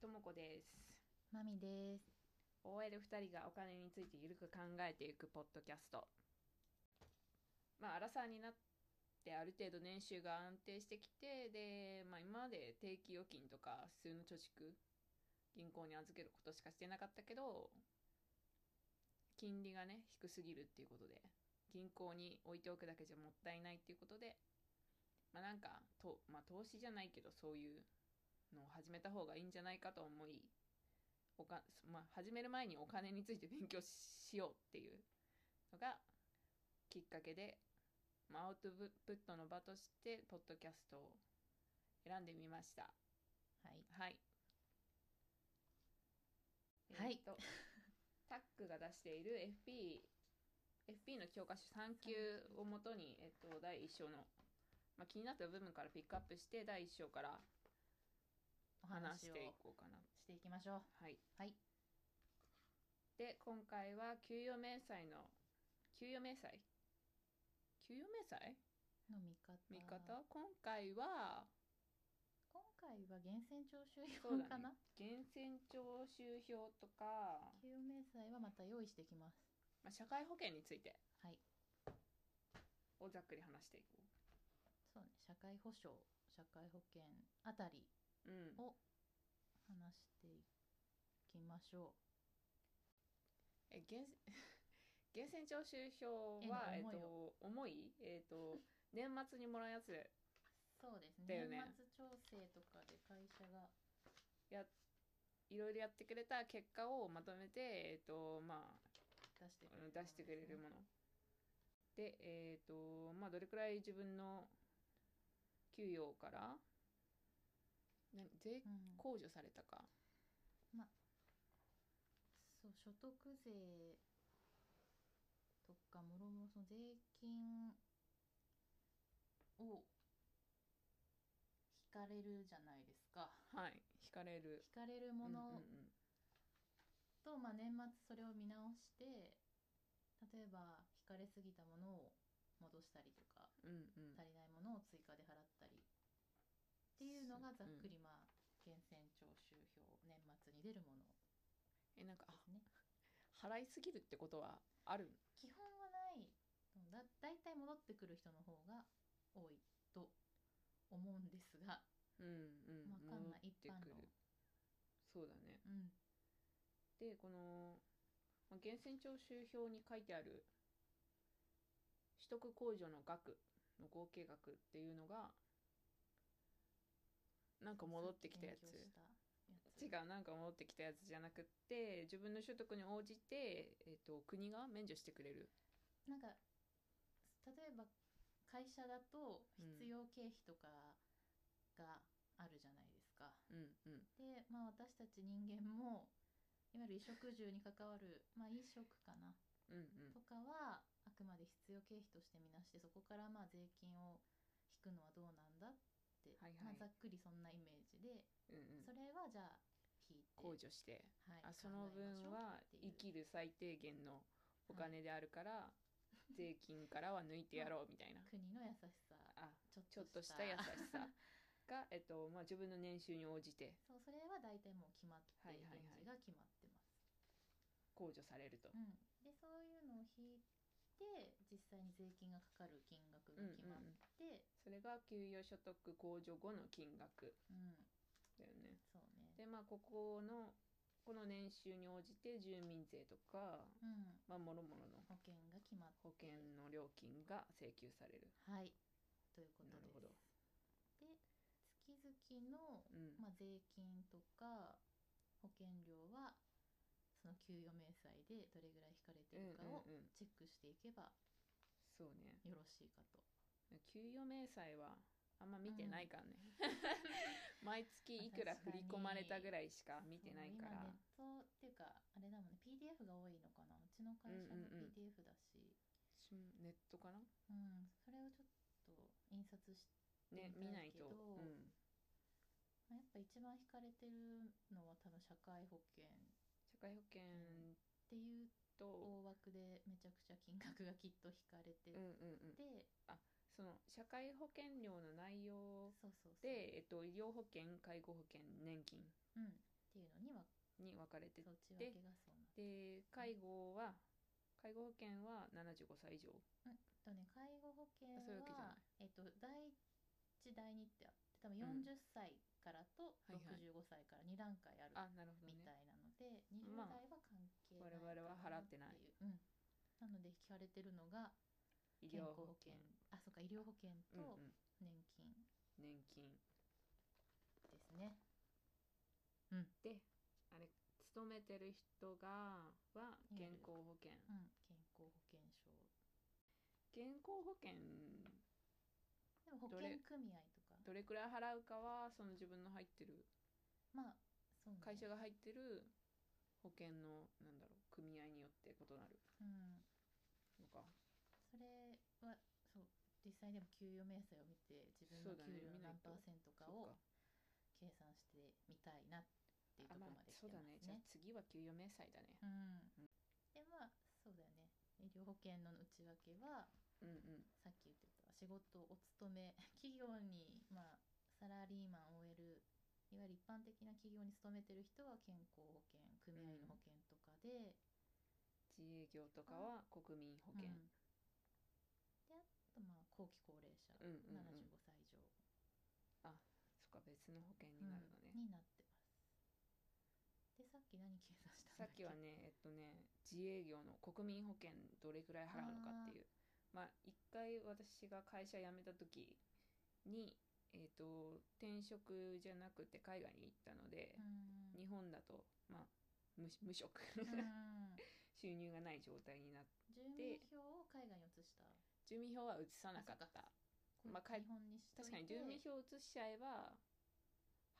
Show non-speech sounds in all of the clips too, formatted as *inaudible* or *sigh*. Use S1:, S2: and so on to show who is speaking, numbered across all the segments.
S1: ともこです
S2: まみです
S1: OL2 人がお金についてゆるく考えていくポッドキャストまあアラサーになってある程度年収が安定してきてで、まあ、今まで定期預金とか普通の貯蓄銀行に預けることしかしてなかったけど金利がね低すぎるっていうことで銀行に置いておくだけじゃもったいないっていうことでまあなんかと、まあ、投資じゃないけどそういうのを始めた方がいいんじゃないかと思いおか、まあ、始める前にお金について勉強ししようっていうのがきっかけで、まあ、アウトプットの場としてポッドキャストを選んでみました
S2: はい
S1: はい
S2: はい
S1: えーっと *laughs* タックが出している FP FP の教科書3級をもとに、えっと、第1章の、まあ、気になった部分からピックアップして第1章から
S2: お
S1: 話
S2: 話
S1: し
S2: を
S1: ていこうかな
S2: していきましょう
S1: はい
S2: はい
S1: で今回は給与明細の給与明細給与明細
S2: の見方
S1: 見方今回は
S2: 今回は源泉徴収
S1: そう
S2: 票
S1: だ
S2: か
S1: ね
S2: な
S1: 源泉徴収票とか、
S2: 給与明細はまた用意してきます
S1: まあ、社会保険について
S2: はい
S1: をざっくり話していこ
S2: そうね社会保障社会保険あたり
S1: ううん
S2: を話していきましょ
S1: え源 *laughs* 源泉徴収票は
S2: え
S1: えっ
S2: 重い
S1: と重いえっと年末にもらうやつ
S2: うそうです
S1: だ
S2: ね
S1: よね
S2: 年末調整とかで会社が
S1: いろいろやってくれた結果をまとめてえっとまあ
S2: 出してくれ
S1: うん出してくれる
S2: る
S1: ものでえっ、とまあどれくらい自分の給与からな税
S2: うん
S1: 控除されたか、
S2: そう所得税とかもろもろその税金を引かれるじゃないですか
S1: はい引かれる
S2: 引かれる
S1: う
S2: も
S1: んう
S2: の
S1: ん
S2: と、まあ、年末それを見直して例えば引かれすぎたものを戻したりとか
S1: うんうんうん
S2: 足りないものを追加で払ったりっていう
S1: う
S2: のが
S1: ん
S2: ざっくりまあ源泉徴収票年末に出るもの
S1: えなんか
S2: で
S1: あ
S2: すね。
S1: 払いすぎるってことはある
S2: 基本はないだだいたい戻ってくる人の方が多いと思うんですが、
S1: うんうん
S2: わかんない
S1: 戻ってく
S2: 一般
S1: る
S2: 論
S1: そうだね
S2: うん、
S1: でこのまあ源泉徴収票に書いてある取得控除の額の合計額っていうのがなんか戻ってきたや
S2: さっき勉強し
S1: つ
S2: たやつ
S1: 違うなんか戻ってきたやつじゃなくって自分の所得に応じて、えっと国が免除してくれる
S2: なんか例えば会社だと必要経費とかがあるじゃないですか、
S1: うんうん
S2: で、まあ、私たち人間もいわゆる衣食住に関わる、まあ、衣食かな
S1: うんうん
S2: とかはあくまで必要経費としてみなしてそこからまあ税金を引くのはどうなんだって、
S1: はいはい
S2: まあ、ざっくりそんなイメージで、
S1: うんうん
S2: それはじゃあ引いて
S1: 控除して
S2: は
S1: あ
S2: い、
S1: その分は生
S2: る
S1: きる最低限のお金であるから、税金からは抜いてやろうみたい
S2: *laughs*
S1: な
S2: 国の優しさ
S1: あ
S2: ちょ
S1: ちょっとした優しさが、えっとまあ、自分の年収に応じて
S2: そうそれは大体もう決まって、
S1: はいはいはい
S2: 現地が決まってます、
S1: 控除されると
S2: う。ん、でそういうのを引いて実際に税金がかかる金額が決まっ
S1: うんうんうん
S2: て
S1: それが給与所得控除後の金額
S2: うん、
S1: だよね。
S2: そうね
S1: でまあここのこの年収に応じて住民税とか、
S2: うん、
S1: まあ、もろもろの
S2: 保険が決まって
S1: 保険の料金が請求される。
S2: はいということ
S1: な
S2: で
S1: るほ
S2: す
S1: ど。
S2: で月々の、
S1: うん
S2: まあ、税金とか保険料はその給与明細でどれぐらい引かれてるかを
S1: うんうんうん
S2: チェックしていけば
S1: そうね。
S2: よろしいかと、
S1: 給与明細はあんま見てないからね、 *laughs* 毎月いくら振り込まれたぐらいしか見てないから
S2: そう今ネットっていうかあれだもんね PDF が多いのかなうちの会社
S1: うん
S2: も
S1: うんうん
S2: PDF だし、
S1: しネットかな
S2: うんそれをちょっと印刷し
S1: ね
S2: 見
S1: 見
S2: な
S1: ないい
S2: け
S1: と、
S2: ど
S1: うん、
S2: まあやっぱ一番引かれてるのは多分社会保険っ
S1: 社会保険
S2: ていう
S1: と、
S2: 大枠でめちゃくちゃ金額がきっと引かれて
S1: うんうんうん、
S2: て、
S1: その社会保険料の内容
S2: そうそうそう
S1: で、えっと、医療保険介護保険年金
S2: うん、っていうのには
S1: に分かれて
S2: 内訳がそうなんだ
S1: で介護は介護保険は75歳以上
S2: とね介護保険
S1: あそういうわけじゃな
S2: はいえっと第一第二ってあって多分
S1: うん
S2: 40歳からと
S1: はいはい
S2: 65歳から2段階ある
S1: あなるほど
S2: みた
S1: ね
S2: いなので、20
S1: まあ
S2: 代は関係ない
S1: 我々は払ってない
S2: かなっていう、うん、なので聞かれてるのが
S1: 医
S2: 健
S1: 療
S2: 康
S1: 保
S2: 保
S1: 険
S2: 険あそうか医療保険
S1: うん
S2: と
S1: うん
S2: 年金
S1: 年金
S2: ですね、
S1: であれ勤めてる人がは健康保険
S2: うん健康保険証
S1: 健康保険
S2: でも保
S1: ど
S2: 険
S1: れ
S2: 組合とか
S1: どれくらい払うかはその自分の入ってる
S2: まあそうね
S1: 会社が入ってる保険のなんだろう組合によって異なる
S2: うん
S1: のか
S2: それはそう実際でも給与明細を見て自分
S1: そ
S2: の
S1: うだね
S2: 給料
S1: 見ない
S2: の何
S1: と
S2: パーセントか
S1: そっか
S2: を計算してみたいなっていう
S1: あ
S2: とこ
S1: ま
S2: ろ
S1: あ
S2: まで来
S1: そう
S2: て
S1: だ
S2: ます
S1: ね
S2: ね。
S1: じゃあ次は給与明細だね
S2: うん、でまあそうだよね医療保険の内訳は
S1: うんうん
S2: さっき言ってた仕事お勤め企業に、まあ、サラリーマン OL いわゆる一般的な企業に勤めてる人は健康保険組合の保険とかで、
S1: 自営業とかは国民保険
S2: うんであとまあ後期高齢者、
S1: うんうんうん
S2: 75歳以上、
S1: そっか別の保険
S2: う
S1: に
S2: ん
S1: なるのね、
S2: になってますでさっき何計算し
S1: さ
S2: た
S1: っ
S2: んだ
S1: きはねえっとね自営業の国民保険どれくらい払うのかっていうまあ一回私が会社辞めた時にえっと転職じゃなくて海外に行ったので、
S2: うん
S1: 日本だとまあ無無職
S2: うん
S1: 収入がない状態になって
S2: 住民票を海外に移した
S1: 住民票は移さなかった
S2: あそっか
S1: まあかい
S2: 日本にしとい
S1: 確
S2: て
S1: かに住民票を移しちゃえば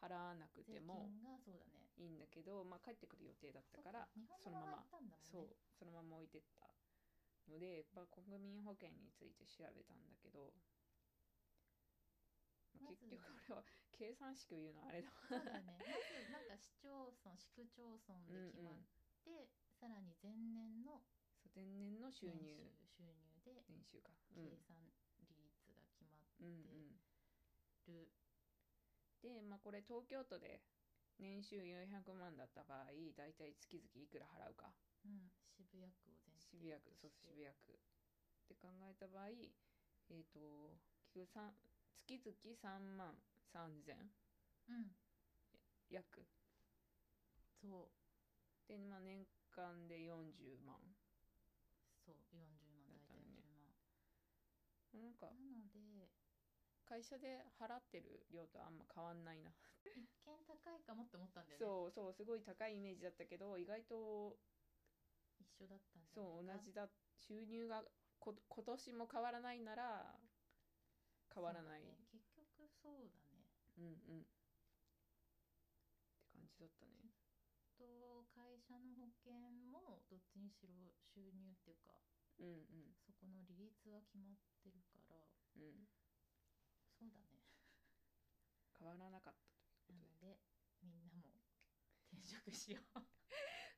S1: 払わなくて
S2: 税金
S1: も
S2: がそうだね
S1: いいんだけど、まあ、帰ってくる予定だったから
S2: そ
S1: そ
S2: の
S1: の
S2: ま
S1: まま
S2: ま行ったんだもんね *laughs*
S1: そうそのまま置いてったので、まあ、国民保険について調べたんだけど、まあ
S2: まず
S1: 結局俺は計算式を言うのはあれだわ
S2: そうだねまずなんか市町村市区町村で決まって、さらに前年の
S1: そう前年の収入
S2: 年収収入で
S1: 年収か、う
S2: 計
S1: ん
S2: 算利率が決ま
S1: うんうん、
S2: る、
S1: で、まあ、これ東京都で年収400万だった場合だいたい月々いくら払うか
S2: うん渋谷区を前提
S1: 渋谷区
S2: と
S1: そう
S2: して
S1: 渋谷区って考えた場合えっ、と結局さん月々3万3000
S2: うん
S1: 約
S2: そう
S1: で、まあ、年間で40万
S2: そう40万
S1: だ
S2: 大
S1: った
S2: 体
S1: のねな
S2: 40万、
S1: んか
S2: なので
S1: 会社で払ってる量とあんま変わんないな、
S2: 一見高いかもって思ったんだよね
S1: そうそうすごい高いイメージだったけど意外と
S2: 一緒だったんだ
S1: そう同じだ収入がこ今年も変わらないなら変わらない
S2: 結局そうだね
S1: うんうんって感じだったね
S2: と会社の保険もどっちにしろ収入っていうか
S1: うん
S2: そこの利率は決まってるから
S1: うんうん
S2: そうだね
S1: 変わらなかった
S2: なのでみんなも転職しよう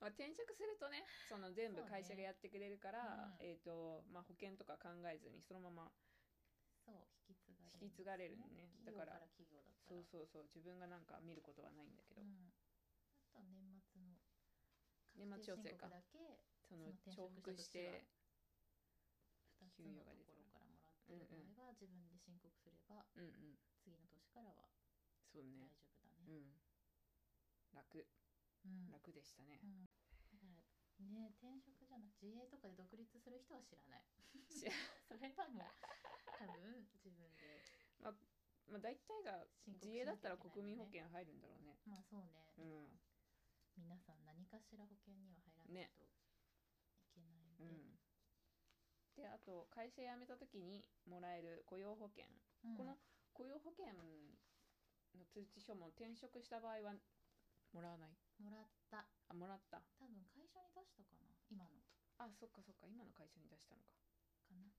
S1: まあ、転職するとねその全部
S2: そう
S1: 会
S2: ね
S1: 社がやってくれるから、
S2: うん
S1: えーとまあ、保険とか考えずにそのまま
S2: そう引き継がれる
S1: 引き継がれるのねだ
S2: だ
S1: か
S2: からら企業だった
S1: そ
S2: ら
S1: うそうそう自分がなんか見ることはないんだけど、
S2: うん、あとは年末の
S1: 年末調整か
S2: 確定申告だけ
S1: その
S2: その
S1: 重復
S2: 転職し
S1: した
S2: 年は
S1: て
S2: 2つのところからもらってる場合は自分で申告すれば
S1: うんうん
S2: 次の年からは
S1: そう
S2: 大
S1: ね
S2: 丈夫だ
S1: う
S2: ね。
S1: ん楽
S2: うんだか
S1: 楽でしたね、
S2: らね転職じゃなく自営とかで独立する人は知らない。
S1: し
S2: *laughs* それはもう多分自分で
S1: まあ、大体が
S2: 申告
S1: 自営だったら
S2: しな
S1: 国
S2: きゃいけない
S1: 民保
S2: もんね
S1: 険入るんだろうね
S2: まあそうね、
S1: うん
S2: 皆さん何かしら保険には入らない
S1: ね
S2: といけな
S1: う
S2: いんで、
S1: んであと会社辞めた時にもらえる雇用保険
S2: うん
S1: この雇用保険の通知書も転職した場合はもらわない
S2: もらった
S1: あもらった
S2: 多分会社に出したかな今の
S1: あそっかそっか今の会社に出したのか
S2: か
S1: な
S2: な。
S1: る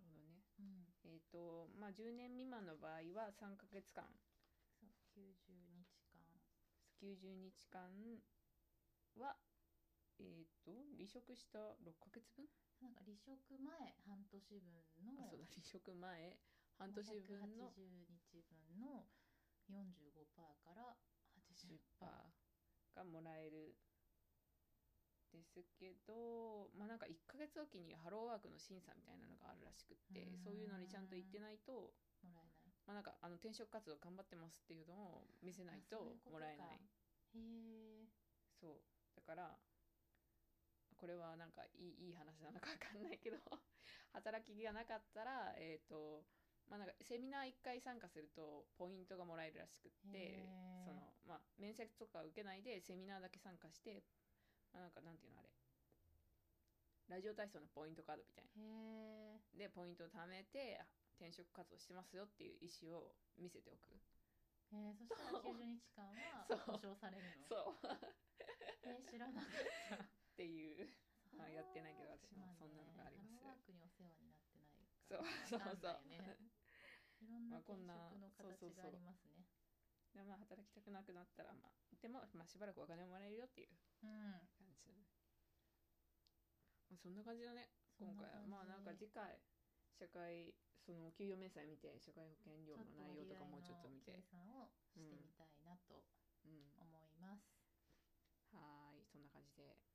S1: ほどね
S2: うん
S1: えっ、とまあ10年未満の場合は3ヶ月間
S2: そう90日間
S1: 90日間はえっ、と離職した6ヶ月分
S2: なんか離職前半年分の
S1: あそうだ離職前半年分の
S2: 180日分の45%から80%
S1: がもらえるですけど、まあ、なんか1ヶ月おきにハローワークの審査みたいなのがあるらしくって
S2: うん
S1: そういうのにちゃんと行ってないと、
S2: もらえ
S1: まあ、なん
S2: ない
S1: かあの転職活動頑張ってますっていうのを見せない
S2: あそういう
S1: とも
S2: こと
S1: らえない
S2: かへえ
S1: そうだからこれはなんかいいいい話なのかわかんないけど *laughs* 働きがなかったらえっ、とまあなんかセミナー1回参加するとポイントがもらえるらしくって
S2: へー
S1: そのまあ面接とか受けないでセミナーだけ参加して、まあ、なんかなんていうのあれラジオ体操のポイントカードみたいな
S2: へえ
S1: でポイントを貯めてあ転職活動してますよっていう意思を見せておく
S2: へえそしたら90日間は
S1: そう
S2: 保証されるの
S1: そう *laughs* っ
S2: えー知らなかった
S1: ていう *laughs* まあ
S2: ハロー
S1: やってないけど私も
S2: まね
S1: そんなのがあります
S2: ハローワークにお世話になってない
S1: そう
S2: から
S1: そう
S2: わかん
S1: そう
S2: ないねいろん
S1: まあ
S2: な
S1: こ
S2: 転
S1: んな
S2: 職の
S1: そうそうそ
S2: 形が
S1: う
S2: ありますね
S1: でまあ働きたくなくなったらまあでも、まあ、しばらくお金をもらえるよっていう
S2: うん
S1: 感じだね、まあ、そんな感じだね
S2: そ
S1: 今
S2: ん
S1: 回
S2: な
S1: は
S2: 感じ
S1: まあなんか次回社会その給与明細見て社会保険料の内容とかもうちょっと見て
S2: ちょっと割合の計算をしてみたいなと
S1: うん
S2: 思います、
S1: はーいそんな感じで